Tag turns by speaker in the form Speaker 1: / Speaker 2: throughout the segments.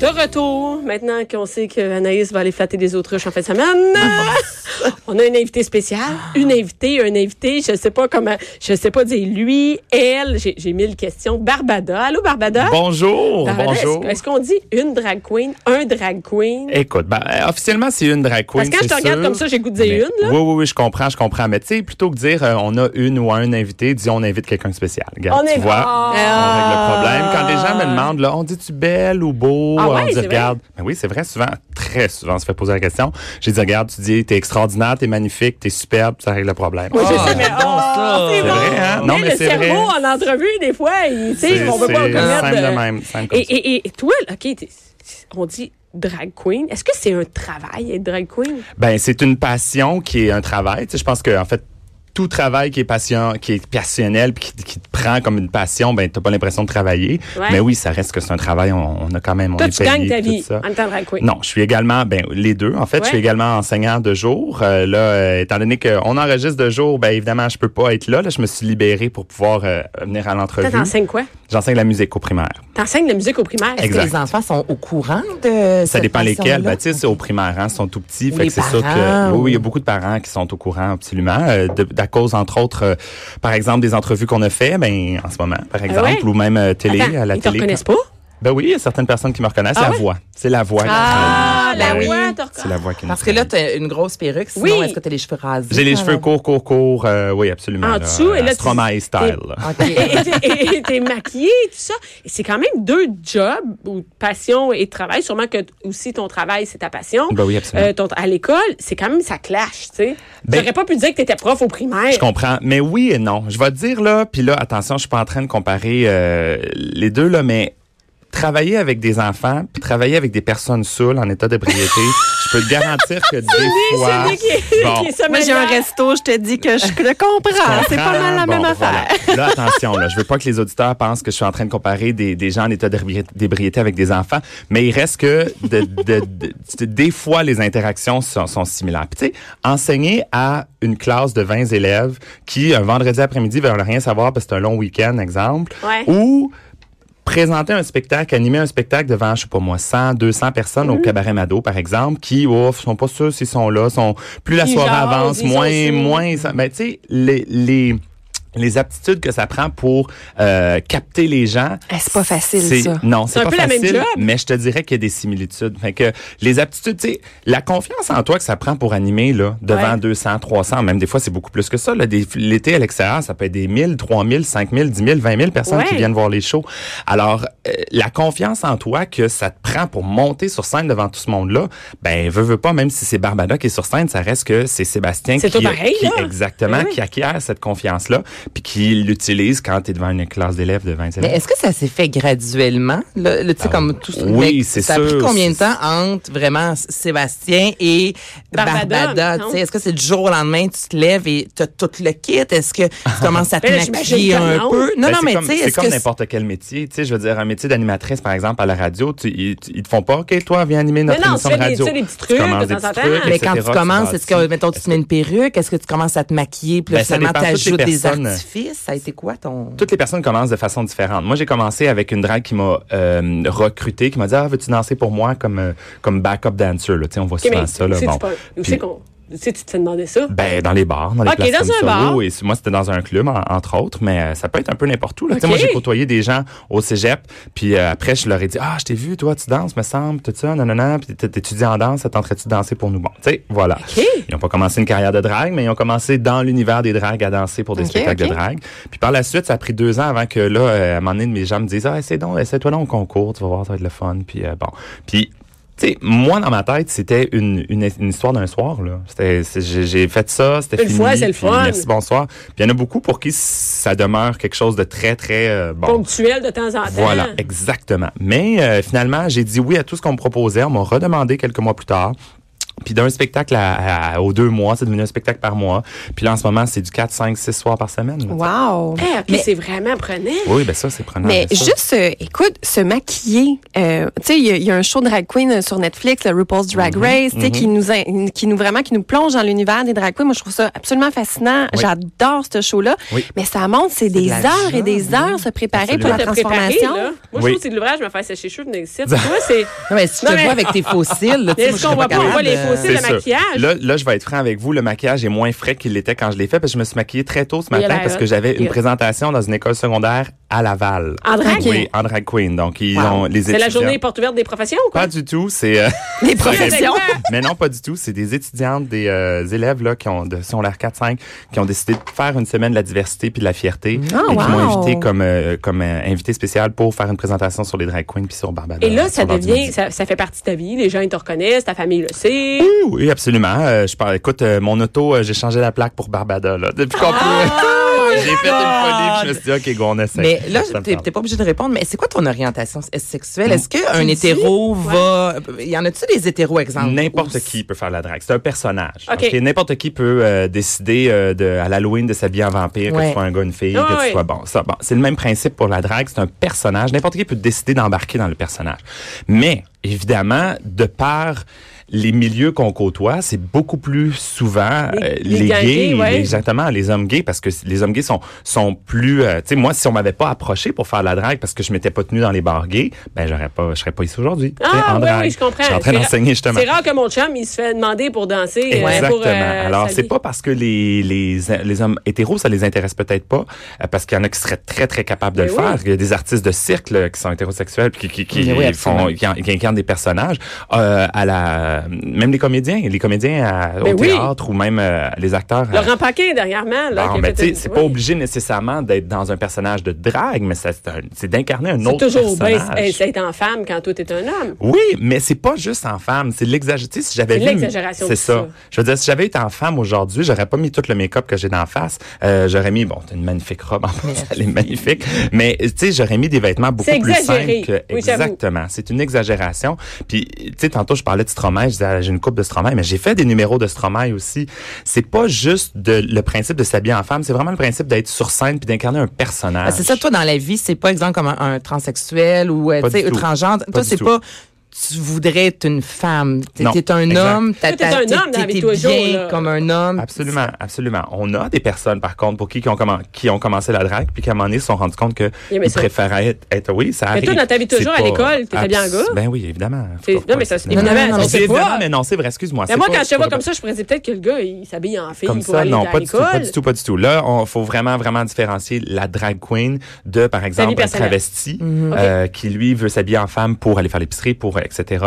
Speaker 1: De retour, maintenant qu'on sait qu'Anaïs va aller flatter des autruches en fin de semaine, on a une invitée spéciale, une invitée, un invité, je sais pas comment, je sais pas dire lui, elle, j'ai j'ai mille questions. Barbada, allô Barbada?
Speaker 2: Bonjour,
Speaker 1: Barbada, est-ce-
Speaker 2: bonjour.
Speaker 1: Est-ce, qu'on dit une drag queen, un drag queen?
Speaker 2: Écoute, ben, euh, officiellement, c'est une drag
Speaker 1: Parce
Speaker 2: queen.
Speaker 1: que quand je te
Speaker 2: c'est
Speaker 1: regarde
Speaker 2: sûr.
Speaker 1: comme ça, j'ai le goût de dire
Speaker 2: Mais-
Speaker 1: une, là.
Speaker 2: Oui, oui, oui, je comprends, je comprends. Mais tu sais, plutôt que dire euh, on a une ou un invité, dis on invite quelqu'un de spécial. Regarde,
Speaker 1: On
Speaker 2: tu
Speaker 1: est-
Speaker 2: vois,
Speaker 1: Ah.
Speaker 2: on règle le problème. Quand les gens me demandent, là, on dit-tu belle ou beau?
Speaker 1: Ah ouais,
Speaker 2: on dit,
Speaker 1: c'est vrai?
Speaker 2: regarde. Ben oui, c'est vrai, souvent, très souvent, on se fait poser la question. J'ai dit, regarde, tu dis, t'es extraordinaire, t'es magnifique, t'es superbe, ça règle le problème.
Speaker 1: Oui, je
Speaker 2: Ah,
Speaker 1: sais, mais
Speaker 3: j'adore
Speaker 1: oh,
Speaker 3: ça.
Speaker 1: c'est
Speaker 3: C'est
Speaker 1: bon.
Speaker 2: vrai, hein? Non,
Speaker 1: Mais
Speaker 2: mais
Speaker 1: le
Speaker 2: c'est
Speaker 1: cerveau,
Speaker 2: vrai.
Speaker 1: en entrevue, des fois, il, tu sais,
Speaker 2: c'est-
Speaker 1: on veut pas
Speaker 2: c'est simple
Speaker 1: commettre.
Speaker 2: de
Speaker 1: euh,
Speaker 2: même, simple comme
Speaker 1: Et,
Speaker 2: ça.
Speaker 1: et, et toi, là, OK, t'es- on dit drag queen. Est-ce que c'est un travail, être drag queen?
Speaker 2: Ben, c'est une passion qui est un travail. Tu sais, je pense que, en fait, tout travail qui est passion, qui est passionnel, puis qui, qui te prend comme une passion, ben t'as pas l'impression de travailler.
Speaker 1: Ouais.
Speaker 2: Mais oui, ça reste que c'est un travail. On, on a quand même, on
Speaker 1: Toi,
Speaker 2: est
Speaker 1: tu
Speaker 2: payé,
Speaker 1: gagnes ta
Speaker 2: tout
Speaker 1: vie
Speaker 2: ça.
Speaker 1: en tant que drag queen.
Speaker 2: Non, je suis également, ben les deux. En fait, je suis
Speaker 1: Ouais.
Speaker 2: également enseignant de jour. Euh, là, euh, étant donné qu'on enregistre de jour, ben évidemment, je peux pas être là. Là, je me suis libéré pour pouvoir euh, venir à
Speaker 1: Toi,
Speaker 2: l'entrevue.
Speaker 1: t'enseignes quoi?
Speaker 2: J'enseigne la musique au primaire.
Speaker 1: T'enseignes la musique au primaire.
Speaker 3: Est-ce que
Speaker 2: Exact.
Speaker 3: les enfants sont au courant de
Speaker 2: Ça
Speaker 3: cette
Speaker 2: dépend lesquels.
Speaker 3: passion-là?
Speaker 2: Ben, tu sais, c'est au primaire, hein, ils sont tout petits.
Speaker 3: Ou
Speaker 2: Fait
Speaker 3: les
Speaker 2: que c'est sûr que
Speaker 3: parents,
Speaker 2: oui,
Speaker 3: ou-
Speaker 2: oui, il y a beaucoup de parents qui sont au courant absolument. Euh, de, d'à cause, entre autres, euh, par exemple, des entrevues qu'on a fait, ben en ce moment, par exemple,
Speaker 1: Ah ouais?
Speaker 2: ou même euh, télé
Speaker 1: Attends,
Speaker 2: à la
Speaker 1: ils te
Speaker 2: télé.
Speaker 1: reconnaissent pas?
Speaker 2: Ben oui, il y a certaines personnes qui me reconnaissent.
Speaker 1: Ah
Speaker 2: la
Speaker 1: ouais?
Speaker 2: voix, c'est la voix. qui
Speaker 1: Ah,
Speaker 2: me
Speaker 1: la
Speaker 2: reconnaît.
Speaker 1: voix,
Speaker 2: ben Oui,
Speaker 1: t'as reconnu.
Speaker 2: C'est la voix qui me
Speaker 3: Parce que là,
Speaker 2: reconnaît.
Speaker 3: tu as une grosse perruque. Sinon,
Speaker 1: Oui.
Speaker 3: est-ce que tu as les cheveux rasés?
Speaker 2: j'ai les
Speaker 3: quand
Speaker 2: cheveux
Speaker 3: même?
Speaker 2: courts, courts, courts. euh, oui, absolument.
Speaker 1: En
Speaker 2: là,
Speaker 1: dessous, et là, tu-
Speaker 2: Stromae style. là.
Speaker 3: OK.
Speaker 1: Et- et- et- et t'es maquillée, tout ça. Et c'est quand même deux jobs, ou passion et travail. Sûrement que t- aussi ton travail, c'est ta passion.
Speaker 2: Ben oui, absolument.
Speaker 1: Euh, ton- à l'école, c'est quand même, ça clash, tu sais.
Speaker 2: Ben-
Speaker 1: J'aurais pas pu dire que t'étais prof au primaire.
Speaker 2: Je comprends. Mais oui et non. Je vais te dire là, puis là, attention, je suis pas en train de comparer euh, les deux là, mais travailler avec des enfants, puis travailler avec des personnes saoules en état d'ébriété, je peux te garantir que des fois,
Speaker 1: C'est lui qui est-
Speaker 2: bon,
Speaker 1: qui est sommellaire.
Speaker 4: Moi, j'ai un resto, je te dis que je le
Speaker 2: tu
Speaker 4: comprends.
Speaker 2: comprends,
Speaker 4: C'est pas mal la
Speaker 2: hein?
Speaker 4: même
Speaker 2: Bon, voilà.
Speaker 4: affaire.
Speaker 2: Là, attention, là, je veux pas que les auditeurs pensent que je suis en train de comparer des, des gens en état d'ébri- d'ébriété avec des enfants, mais il reste que de- de- de- de- des fois les interactions sont, sont similaires. Puis, tu sais, enseigner à une classe de 20 élèves qui un vendredi après-midi veulent rien savoir parce que c'est un long week-end, exemple,
Speaker 1: Ouais.
Speaker 2: ou présenter un spectacle, animer un spectacle devant, je sais pas moi, 100, 200 personnes
Speaker 4: Mm-hmm.
Speaker 2: au cabaret Mado, par exemple, qui, ouf, sont pas sûrs s'ils sont là, sont, plus la
Speaker 1: Ils
Speaker 2: soirée
Speaker 1: jasent,
Speaker 2: avance,
Speaker 1: ils
Speaker 2: moins,
Speaker 1: sont sous.
Speaker 2: moins, ça- ben, tu sais, les, les, les aptitudes que ça prend pour euh, capter les gens.
Speaker 4: Eh, c'est pas facile,
Speaker 2: c'est-
Speaker 4: ça.
Speaker 2: Non, c'est
Speaker 1: C'est un
Speaker 2: pas
Speaker 1: peu la même
Speaker 2: facile,
Speaker 1: job.
Speaker 2: mais je te dirais qu'il y a des similitudes. Fait que les aptitudes, tu sais, la confiance en toi que ça prend pour animer là devant
Speaker 1: Ouais.
Speaker 2: 200, 300, même des fois c'est beaucoup plus que ça là, Des- l'été à l'extérieur, ça peut être des 1000, 3000, 5000, 10 000, 20 000 personnes qui
Speaker 1: Ouais.
Speaker 2: viennent voir les shows. Alors, euh, la confiance en toi que ça te prend pour monter sur scène devant tout ce monde-là, ben, veux, veux pas, même si c'est Barbada qui est sur scène, ça reste que c'est Sébastien
Speaker 1: C'est
Speaker 2: Hein, qui,
Speaker 1: tout pareil,
Speaker 2: qui-
Speaker 1: là.
Speaker 2: exactement,
Speaker 1: Ben oui.
Speaker 2: qui acquiert cette confiance-là, puis qui l'utilise quand tu es devant une classe d'élèves de 20
Speaker 3: Mais
Speaker 2: élèves.
Speaker 3: est-ce que ça s'est fait graduellement? là? Le- tu sais, comme tout
Speaker 2: Ah oui,
Speaker 3: mais
Speaker 2: c'est
Speaker 3: Ça a pris
Speaker 2: sûr,
Speaker 3: combien de
Speaker 2: c'est-
Speaker 3: temps entre vraiment S- Sébastien et
Speaker 1: Barbada,
Speaker 3: Barbada?
Speaker 1: non?
Speaker 3: tu sais? est-ce que c'est du jour au lendemain, tu te lèves et tu as tout le kit? Est-ce que tu commences à te
Speaker 1: Ben, j'imagine
Speaker 3: maquiller
Speaker 1: que
Speaker 3: un
Speaker 1: non.
Speaker 3: peu?
Speaker 2: Ben,
Speaker 3: Non, non,
Speaker 2: c'est
Speaker 3: mais
Speaker 2: comme-
Speaker 3: tu sais,
Speaker 2: c'est
Speaker 3: est-ce
Speaker 2: comme
Speaker 3: que.
Speaker 2: n'importe quel métier. Tu sais, je veux dire, un métier d'animatrice, par exemple, à la radio, tu, ils, ils te font pas, OK, toi, viens animer notre
Speaker 1: non,
Speaker 2: émission
Speaker 1: tu
Speaker 2: de
Speaker 1: fais des-
Speaker 2: radio.
Speaker 1: tu sais, des petits trucs de
Speaker 2: commences des
Speaker 1: temps en
Speaker 2: petits
Speaker 1: temps.
Speaker 2: trucs,
Speaker 3: Mais quand tu
Speaker 2: etc.,
Speaker 3: commences, est-ce que,
Speaker 2: bâtis.
Speaker 3: mettons, tu te mets une perruque? Est-ce que tu commences à te maquiller? Puis là,
Speaker 2: Ben, ça
Speaker 3: finalement,
Speaker 2: dépend.
Speaker 3: tu
Speaker 2: Toutes les
Speaker 3: ajoutes des
Speaker 2: personnes-
Speaker 3: artifices? Ça a été quoi ton.
Speaker 2: toutes les personnes commencent de façon différente. Moi, j'ai commencé avec une drague qui m'a euh, recruté, qui m'a dit ah veux-tu danser pour moi comme euh, comme backup dancer là, tu sais on voit
Speaker 1: Ok,
Speaker 2: souvent
Speaker 1: mais
Speaker 2: ça là.
Speaker 1: sais-tu
Speaker 2: Bon.
Speaker 1: pas- Où
Speaker 2: Puis-
Speaker 1: c'est qu'on. Tu sais, tu te fais demander ça?
Speaker 2: ben dans les bars, dans les
Speaker 1: Ok,
Speaker 2: places
Speaker 1: dans
Speaker 2: comme
Speaker 1: un
Speaker 2: ça.
Speaker 1: bar.
Speaker 2: Oui, oui. moi c'était dans un club en- entre autres, mais euh, ça peut être un peu n'importe où là. Tu sais,
Speaker 1: Ok.
Speaker 2: Moi j'ai côtoyé des gens au cégep, puis euh, après je leur ai dit ah je t'ai vu toi tu danses me semble tout ça non non non puis t'es- t'étudies en danse, ça tenterait-tu de danser pour nous bon, tu sais voilà.
Speaker 1: OK.
Speaker 2: Ils n'ont pas commencé une carrière de drague, mais ils ont commencé dans l'univers des dragues à danser pour des
Speaker 4: Ok,
Speaker 2: spectacles
Speaker 4: ok.
Speaker 2: de drague. Puis par la suite, ça a pris deux ans avant que là, euh, à un moment donné, mes gens me disent Ah, essaie donc, essaie-toi donc au concours, tu vas voir, ça va être le fun. Puis euh, bon. Puis Tu sais, moi, dans ma tête, c'était une, une, une histoire d'un soir, là. C'était- c'est- J'ai j'ai fait ça, c'était
Speaker 1: Une
Speaker 2: fini.
Speaker 1: fois, c'est le
Speaker 2: puis
Speaker 1: fun.
Speaker 2: Merci, bonsoir. Puis il y en a beaucoup pour qui ça demeure quelque chose de très, très euh, bon.
Speaker 1: Ponctuel de temps en temps.
Speaker 2: Voilà, exactement. Mais euh, finalement, j'ai dit oui à tout ce qu'on me proposait. On m'a redemandé quelques mois plus tard. Puis d'un spectacle à, à- aux deux mois, c'est devenu un spectacle par mois. Puis là, en ce moment, c'est du 4, 5, 6 soirs par semaine. là.
Speaker 4: Wow.
Speaker 1: Eh, ok,
Speaker 4: Mais-
Speaker 1: c'est vraiment prenant.
Speaker 2: Oui, ben ça, c'est prenant.
Speaker 4: Mais
Speaker 2: bien sûr.
Speaker 4: juste, euh, écoute, se maquiller. euh, tu sais, il y, a- il y a un show drag queen euh, sur Netflix, le RuPaul's Drag Race, tu sais, qui nous, in- qui nous vraiment, qui nous plonge dans l'univers des drag queens. Moi, je trouve ça absolument fascinant.
Speaker 2: Oui.
Speaker 4: J'adore ce show-là.
Speaker 2: Oui.
Speaker 4: Mais ça montre, c'est des
Speaker 3: de la
Speaker 4: heures et
Speaker 3: job,
Speaker 4: des heures se préparer pour
Speaker 2: Absolument.
Speaker 4: la
Speaker 1: T'as préparé,
Speaker 4: transformation.
Speaker 1: là. Moi, je
Speaker 2: Oui.
Speaker 1: trouve que c'est de l'ouvrage, je me faire sécher les cheveux, venir ici. Toi, c'est.
Speaker 3: Non, mais si tu
Speaker 1: Non,
Speaker 3: te
Speaker 1: mais-
Speaker 3: vois avec tes fossiles, là, tu sais,
Speaker 1: Est-ce
Speaker 3: moi, je
Speaker 1: qu'on
Speaker 3: serais
Speaker 1: voit
Speaker 3: pas
Speaker 1: pas, on voit
Speaker 3: capable
Speaker 1: les
Speaker 3: de-
Speaker 1: fossiles? c'est le
Speaker 2: sûr.
Speaker 1: maquillage.
Speaker 2: Là, là, je vais être franc avec vous, le maquillage est moins frais qu'il l'était quand je l'ai fait parce que je me suis maquillée très tôt ce
Speaker 1: Il a
Speaker 2: matin
Speaker 1: l'air
Speaker 2: parce
Speaker 1: hot.
Speaker 2: que j'avais
Speaker 1: Il
Speaker 2: une
Speaker 1: a-
Speaker 2: présentation dans une école secondaire à Laval.
Speaker 1: En drag?
Speaker 2: Oui, en drag queen. Donc ils
Speaker 3: Wow.
Speaker 2: ont les
Speaker 1: C'est la
Speaker 2: étudiants-
Speaker 1: journée porte ouverte des professions, ou quoi?
Speaker 2: Pas du tout, c'est euh,
Speaker 4: Les
Speaker 1: professions.
Speaker 2: Mais non, pas du tout, c'est des étudiantes des euh, élèves là qui ont de sont l'air 4 5 qui ont décidé de faire une semaine de la diversité puis de la
Speaker 1: Mm.
Speaker 2: fierté
Speaker 4: Ah,
Speaker 1: Oh,
Speaker 2: et qui m'ont
Speaker 4: wow.
Speaker 2: invité comme euh, comme euh, invité spécial pour faire une présentation sur les drag queens puis sur Barbada.
Speaker 1: Et là, ça
Speaker 2: sur l'ordinateur.
Speaker 1: devient, ça, ça fait partie de ta vie. Les gens, ils te reconnaissent, ta famille le sait.
Speaker 2: Oui, oui, absolument. Euh, je parle, écoute, euh, mon auto, euh, j'ai changé la plaque pour Barbada, là. Depuis
Speaker 3: Ah!
Speaker 2: qu'on pouvait- j'ai fait une folie, puis je me suis dit, OK, go, on essaie.
Speaker 3: Oh Mais là,
Speaker 2: Ça me
Speaker 3: t'es
Speaker 2: parle.
Speaker 3: t'es pas obligé de répondre, mais c'est quoi ton orientation s- sexuelle? Est-ce qu'un hétéro va. Y en a-tu des hétéros, exemple?
Speaker 2: N'importe
Speaker 3: Ou-
Speaker 2: qui peut faire la drague. C'est un personnage.
Speaker 1: OK.
Speaker 2: OK. N'importe qui peut euh, décider euh, de, à l'Halloween de s'habiller en vampire, que
Speaker 3: Ouais.
Speaker 2: tu sois un gars, une fille,
Speaker 1: Ah
Speaker 2: que
Speaker 1: ouais.
Speaker 2: tu sois bon. Ça, bon. C'est le même principe pour la drague. C'est un personnage. N'importe qui peut décider d'embarquer dans le personnage. Mais, évidemment, de par les milieux qu'on côtoie, c'est beaucoup plus souvent
Speaker 1: Les-
Speaker 2: euh,
Speaker 1: les
Speaker 2: les,
Speaker 1: gars
Speaker 2: gays,
Speaker 1: gays, ouais.
Speaker 2: les- exactement, les hommes gays, parce que les hommes gays sont sont plus, euh, tu sais, moi, si on m'avait pas approché pour faire de la drague parce que je m'étais pas tenu dans les bars gays, ben j'aurais pas, je serais pas ici aujourd'hui. tu sais,
Speaker 1: Ah,
Speaker 2: en
Speaker 1: oui,
Speaker 2: drague.
Speaker 1: oui, je comprends.
Speaker 2: Je suis en train
Speaker 1: C'est ra-
Speaker 2: d'enseigner justement.
Speaker 1: C'est rare que mon chum, il se fait demander pour danser. euh,
Speaker 2: Exactement.
Speaker 1: pour, euh,
Speaker 2: Alors, c'est
Speaker 1: s'habiller.
Speaker 2: pas parce que les, les, les hommes hétéros, ça les intéresse peut-être pas, euh, parce qu'il y en a qui seraient très, très capables de
Speaker 1: Mais
Speaker 2: le
Speaker 1: oui.
Speaker 2: faire. Il y a des artistes de cirque là, qui sont hétérosexuels, puis qui, qui, qui,
Speaker 3: Mais oui,
Speaker 2: font, qui, en- qui incarnent des personnages. Euh, à la, même les comédiens, les comédiens à-
Speaker 1: Mais
Speaker 2: au
Speaker 1: oui.
Speaker 2: théâtre ou même euh, les acteurs. à-
Speaker 1: Laurent Paquin, dernièrement, là.
Speaker 2: Bon,
Speaker 1: qui a
Speaker 2: ben,
Speaker 1: fait
Speaker 2: tu sais,
Speaker 1: une-
Speaker 2: c'est
Speaker 1: oui.
Speaker 2: pas obligé nécessairement d'être dans un personnage de drague, mais ça, c'est un- c'est d'incarner un
Speaker 1: C'est
Speaker 2: autre
Speaker 1: toujours bien
Speaker 2: personnage.
Speaker 1: hey, c'est être en femme quand toi, t'es un homme.
Speaker 2: Oui, mais c'est pas juste en femme, c'est l'exagération. Tu sais, si j'avais
Speaker 1: C'est
Speaker 2: vu-
Speaker 1: l'exagération
Speaker 2: C'est
Speaker 1: de ça.
Speaker 2: ça. Je veux dire, si j'avais été en femme aujourd'hui, j'aurais pas mis tout le make-up que j'ai d'en face. Euh, j'aurais mis, bon, t'as une magnifique robe en plus, elle est magnifique. Mais tu sais, j'aurais mis des vêtements beaucoup
Speaker 1: C'est
Speaker 2: plus
Speaker 1: exagéré.
Speaker 2: simples. que-
Speaker 1: Oui, j'avoue.
Speaker 2: exactement. C'est une exagération. Puis tu sais, tantôt je parlais de Stromae, je disais ah, j'ai une coupe de Stromae, mais j'ai fait des numéros de Stromae aussi. C'est pas juste de, le principe de s'habiller en femme, c'est vraiment le principe d'être sur scène puis d'incarner un personnage.
Speaker 3: Ah, c'est ça, toi, dans la vie, c'est pas exemple comme un, un transsexuel ou euh,
Speaker 2: Pas
Speaker 3: tu sais,
Speaker 2: du tout.
Speaker 3: transgenre. Toi,
Speaker 2: du
Speaker 3: c'est
Speaker 2: tout.
Speaker 3: pas. Tu voudrais être une femme. T'es
Speaker 2: Non,
Speaker 3: t'es un
Speaker 2: exact.
Speaker 3: homme. t'as-
Speaker 1: Toi, t'es
Speaker 3: t'as-
Speaker 1: un homme dans la vie de tous les
Speaker 3: bien
Speaker 1: jours, là.
Speaker 3: comme un homme.
Speaker 2: Absolument, absolument. On a des personnes, par contre, pour qui, qui, ont, commen- qui ont commencé la drague, puis qui, à un moment donné, se sont rendus compte que
Speaker 1: Yeah, mais
Speaker 2: ils
Speaker 1: ça-
Speaker 2: préféraient être, être- Oui, ça
Speaker 1: Mais
Speaker 2: arrive.
Speaker 1: toi, dans ta vie toujours
Speaker 2: C'est
Speaker 1: à
Speaker 2: pas-
Speaker 1: l'école, t'étais bien un gars?
Speaker 2: Ben oui, évidemment.
Speaker 1: C'est-
Speaker 2: Pourquoi
Speaker 1: non, mais ça, c'est-
Speaker 2: pas?
Speaker 1: évidemment,
Speaker 3: non, non,
Speaker 2: C'est
Speaker 1: c'est
Speaker 2: évidemment,
Speaker 1: pas-
Speaker 2: mais non, c'est vrai, excuse-moi.
Speaker 1: Mais
Speaker 2: c'est
Speaker 1: moi,
Speaker 2: pas-
Speaker 1: quand je te
Speaker 2: c'est
Speaker 1: vois
Speaker 2: pas-
Speaker 1: comme ça, je pourrais dire peut-être que le gars, il s'habille en fille
Speaker 2: comme
Speaker 1: pour
Speaker 2: ça,
Speaker 1: aller
Speaker 2: non,
Speaker 1: à
Speaker 2: pas du tout, pas
Speaker 1: l'école.
Speaker 2: du tout, pas du tout. Là, on faut vraiment, vraiment différencier la drag queen de, par exemple, un
Speaker 1: personnelle. Mhm.
Speaker 2: travesti euh, qui, lui, veut s'habiller en femme pour aller faire l'épicerie, pour euh, etc.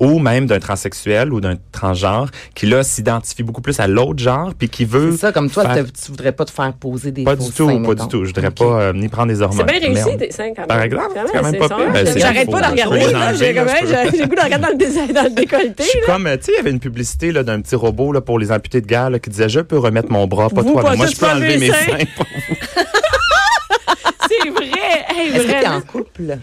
Speaker 2: Ou même d'un transsexuel ou d'un transgenre qui, là, s'identifie beaucoup plus à l'autre genre, puis qui veut...
Speaker 3: C'est ça, comme toi,
Speaker 2: faire-
Speaker 3: t'as- tu voudrais pas te faire poser des
Speaker 2: Mmh. Pas
Speaker 3: faux
Speaker 2: du tout,
Speaker 3: seins,
Speaker 2: pas
Speaker 3: mettons.
Speaker 2: du tout. Je voudrais pas euh, ni prendre des hormones.
Speaker 1: C'est bien réussi,
Speaker 2: Merde.
Speaker 1: tes cinq, quand même.
Speaker 2: Par exemple, c'est quand même pas
Speaker 1: son-
Speaker 2: pire. Ben, c'est-
Speaker 1: J'arrête
Speaker 2: faut-
Speaker 1: pas de
Speaker 2: faut
Speaker 1: regarder,
Speaker 2: les
Speaker 1: là.
Speaker 2: enlever,
Speaker 1: J'ai
Speaker 2: là,
Speaker 1: quand même-
Speaker 2: je peux.
Speaker 1: j'ai- j'ai le goût de regarder dans le dés- dans le décolleté,
Speaker 2: Je suis
Speaker 1: là.
Speaker 2: comme, euh, tu sais, il y avait une publicité là, d'un petit robot là, pour les amputés de gars là, qui disait Je peux remettre mon bras, pas
Speaker 1: Vous,
Speaker 2: toi,
Speaker 1: pas
Speaker 2: mais moi
Speaker 1: tous,
Speaker 2: je peux
Speaker 1: pas
Speaker 2: enlever
Speaker 1: mes
Speaker 2: mes
Speaker 1: seins.
Speaker 2: seins.
Speaker 1: C'est vrai. Hey,
Speaker 3: Est-ce que t'es en
Speaker 1: vraiment.
Speaker 3: couple?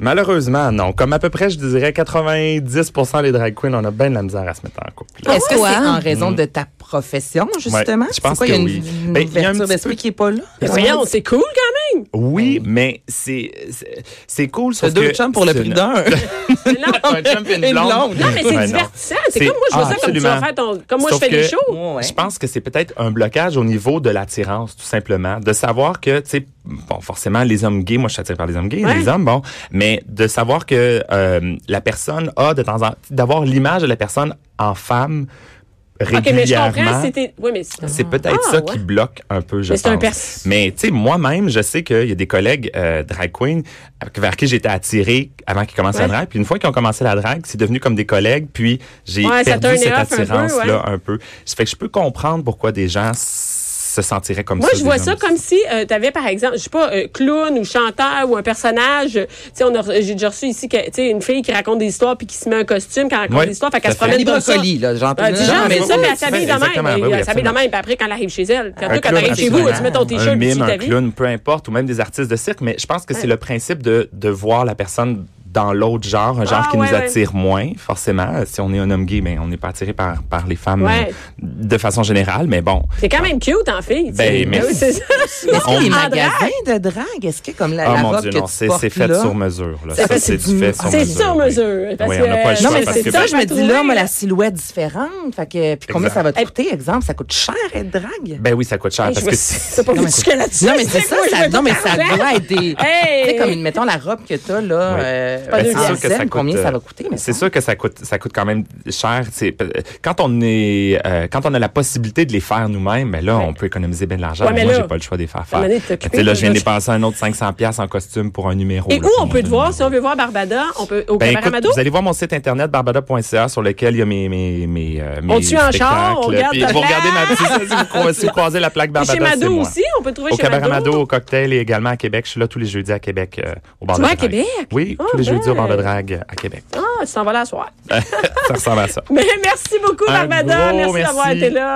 Speaker 2: Malheureusement, non. Comme à peu près, je dirais 90 des drag queens, on a bien de la misère à se mettre en couple. là.
Speaker 3: Est-ce que c'est
Speaker 4: ouais?
Speaker 3: en raison de ta profession, justement?
Speaker 2: Mmh. je pense
Speaker 3: C'est
Speaker 2: que
Speaker 3: quoi, il y a une,
Speaker 2: oui.
Speaker 3: une
Speaker 2: Ben, il y a un
Speaker 3: ouverture
Speaker 2: petit
Speaker 3: d'esprit qui est pas là?
Speaker 1: Mais Voyons, c'est cool quand même.
Speaker 2: Oh. Oui, mais c'est c'est- c'est cool.
Speaker 3: T'as
Speaker 2: sauf
Speaker 3: deux
Speaker 2: que
Speaker 3: chums pour le
Speaker 2: c'est
Speaker 3: prix
Speaker 2: une-
Speaker 3: d'un.
Speaker 1: Mais Non.
Speaker 2: Un chum puis
Speaker 3: Une
Speaker 2: une blonde. Ben
Speaker 3: blonde.
Speaker 1: Non, mais c'est
Speaker 2: Ouais,
Speaker 1: divertissant. C'est comme moi, je vois
Speaker 2: Ah,
Speaker 1: ça comme tu vas
Speaker 2: absolument.
Speaker 1: faire ton. Comme moi,
Speaker 2: Sauf
Speaker 1: je fais des
Speaker 2: que-
Speaker 1: shows.
Speaker 3: Ouais, ouais.
Speaker 2: Je pense que c'est peut-être un blocage au niveau de l'attirance, tout simplement. De savoir que, tu sais, bon, forcément, les hommes gays, moi, je suis attiré par les hommes gays,
Speaker 1: Ouais.
Speaker 2: les hommes, bon, mais de savoir que euh, la personne a de temps en d'avoir l'image de la personne en femme
Speaker 1: OK, mais je
Speaker 2: régulièrement.
Speaker 1: comprends. C'était. Oui, mais
Speaker 2: C'est peut-être
Speaker 1: Ah,
Speaker 2: ça
Speaker 1: ouais.
Speaker 2: qui bloque un peu, je
Speaker 1: Mais c'est un
Speaker 2: pense.
Speaker 1: pers-
Speaker 2: Mais tu sais, moi-même, je sais qu'il y a des collègues euh, drag queens avec- vers qui j'étais attirée avant qu'ils commencent la
Speaker 1: Ouais.
Speaker 2: drague. Puis une fois qu'ils ont commencé la drague, c'est devenu comme des collègues. Puis j'ai
Speaker 1: Ouais, ça
Speaker 2: perdu
Speaker 1: turn it
Speaker 2: cette
Speaker 1: off un peu,
Speaker 2: attirance-là
Speaker 1: ouais.
Speaker 2: un peu. Ça fait que je peux comprendre pourquoi des gens s- se sentirait comme
Speaker 1: Moi,
Speaker 2: ça.
Speaker 1: je vois
Speaker 2: déjà.
Speaker 1: ça comme si tu avais, par exemple, je sais pas, euh, clown ou chanteur ou un personnage. Tu sais, on a re- j'ai déjà reçu ici que, tu sais, une fille qui raconte des histoires puis qui se met un costume, qui raconte
Speaker 2: Ouais,
Speaker 1: des histoires, fait qu'elle se
Speaker 2: ça fait.
Speaker 1: promène
Speaker 3: Les
Speaker 1: comme ça.
Speaker 3: brocolis, là, j'entends.
Speaker 1: Euh, du genre,
Speaker 2: Ah, mais
Speaker 1: mais ça,
Speaker 2: oui,
Speaker 1: puis elle
Speaker 2: oui,
Speaker 1: s'habille de
Speaker 2: exactement, ben
Speaker 1: même.
Speaker 2: oui, oui,
Speaker 1: Elle s'habille de
Speaker 2: absolument.
Speaker 1: même, puis après, quand elle arrive chez elle, quand
Speaker 2: Un
Speaker 1: toi, quand t'arrives chez vous,
Speaker 2: absolument.
Speaker 1: tu mets ton
Speaker 2: un
Speaker 1: t-shirt, tu
Speaker 2: mime,
Speaker 1: suis
Speaker 2: un
Speaker 1: ta vie.
Speaker 2: clown, peu importe, ou même des artistes de cirque, mais je pense que c'est le principe de, de voir la personne dans l'autre genre, un genre
Speaker 1: Ah,
Speaker 2: qui
Speaker 1: ouais,
Speaker 2: nous
Speaker 1: ouais.
Speaker 2: attire moins, forcément. Si on est un homme gay, ben, on n'est pas attiré par, par les femmes
Speaker 1: Ouais.
Speaker 2: euh, de façon générale, mais bon.
Speaker 1: C'est quand même cute, en fille. tu
Speaker 2: Ben,
Speaker 1: sais.
Speaker 2: merci.
Speaker 1: Oui, c'est ça.
Speaker 3: Est-ce qu'il y a des
Speaker 1: On-
Speaker 3: magasins de drague? Est-ce que comme la,
Speaker 2: Ah
Speaker 3: la
Speaker 2: mon
Speaker 3: robe
Speaker 2: Dieu,
Speaker 3: que
Speaker 2: non,
Speaker 3: tu
Speaker 2: c'est
Speaker 3: portes
Speaker 2: c'est fait
Speaker 3: là-
Speaker 2: sur mesure. là.
Speaker 1: Ça,
Speaker 2: Ça,
Speaker 1: c'est
Speaker 2: c'est
Speaker 3: du-
Speaker 2: du fait sur
Speaker 1: c'est
Speaker 2: mesure.
Speaker 1: sur
Speaker 2: oui.
Speaker 1: mesure, parce
Speaker 2: Oui, on n'a pas le
Speaker 1: que-
Speaker 2: choix.
Speaker 3: Non, mais
Speaker 2: parce
Speaker 3: c'est
Speaker 2: que-
Speaker 3: ça, je me dis là,
Speaker 1: trouver,
Speaker 3: moi,
Speaker 1: là.
Speaker 3: la silhouette différente. Fait que, puis combien
Speaker 2: Exact.
Speaker 3: ça va te coûter, exemple? Ça coûte cher être drague?
Speaker 2: Ben oui, ça coûte cher.
Speaker 1: Hey, je
Speaker 2: parce
Speaker 1: me
Speaker 2: que
Speaker 1: suis- T'as pas voulu jusqu'à là-dessus.
Speaker 3: Non, mais c'est ça,
Speaker 1: quoi, je
Speaker 3: ça,
Speaker 1: veux
Speaker 3: non, mais
Speaker 1: pas
Speaker 3: ça
Speaker 1: d'argent.
Speaker 3: doit être des.
Speaker 1: Hey!
Speaker 3: Tu sais, comme, une- mettons, la robe que t'as, là,
Speaker 2: Oui.
Speaker 3: euh,
Speaker 1: Pas
Speaker 3: en
Speaker 1: deux
Speaker 2: Ben, c'est sûr que
Speaker 3: scène,
Speaker 2: ça coûte,
Speaker 3: combien ça va
Speaker 2: euh,
Speaker 3: coûter, mais
Speaker 2: C'est sûr que ça coûte, ça coûte quand même cher. C'est pe- Quand on est, euh, quand on a la possibilité de les faire nous-mêmes, ben là, on peut économiser bien de l'argent.
Speaker 1: Ouais,
Speaker 2: mais
Speaker 1: mais
Speaker 2: moi,
Speaker 1: là,
Speaker 2: j'ai pas le choix de les faire
Speaker 1: t'as
Speaker 2: faire.
Speaker 1: demandé de t'occuper,
Speaker 2: Tu sais, là, je viens de
Speaker 1: là.
Speaker 2: dépenser un autre 500 pièces en costume pour un numéro.
Speaker 1: Et
Speaker 2: là,
Speaker 1: où
Speaker 2: pour
Speaker 1: on
Speaker 2: mon
Speaker 1: peut te voir?
Speaker 2: numéro.
Speaker 1: Si on veut voir Barbada, on peut au
Speaker 2: Ben, écoute,
Speaker 1: Cabaramado?
Speaker 2: vous allez voir mon site internet barbada.ca sur lequel il y a mes mes mes euh, mes
Speaker 1: On tue en char, on
Speaker 2: spectacles.
Speaker 1: regarde
Speaker 2: Puis
Speaker 1: ta
Speaker 2: vous regardez ma
Speaker 1: plaque.
Speaker 2: petite si vous croisez, si vous croisez la plaque
Speaker 1: Puis
Speaker 2: Barbada,
Speaker 1: Chez
Speaker 2: c'est
Speaker 1: Mado
Speaker 2: moi.
Speaker 1: aussi, on peut te trouver
Speaker 2: Au
Speaker 1: chez Mado.
Speaker 2: Cabaramado, au cocktail et également à Québec. Je suis là tous les jeudis à Québec euh, au bar
Speaker 1: Tu
Speaker 2: de
Speaker 1: vas à
Speaker 2: drague.
Speaker 1: Québec?
Speaker 2: Oui,
Speaker 1: Ah,
Speaker 2: tous les jeudis au bar de
Speaker 1: ben.
Speaker 2: drague à Québec.
Speaker 1: Ah, tu t'en vas là à soir.
Speaker 2: ça ressemble à ça.
Speaker 1: Mais merci beaucoup,
Speaker 2: Un
Speaker 1: Barbada.
Speaker 2: gros
Speaker 1: merci d'avoir
Speaker 2: merci.
Speaker 1: été là.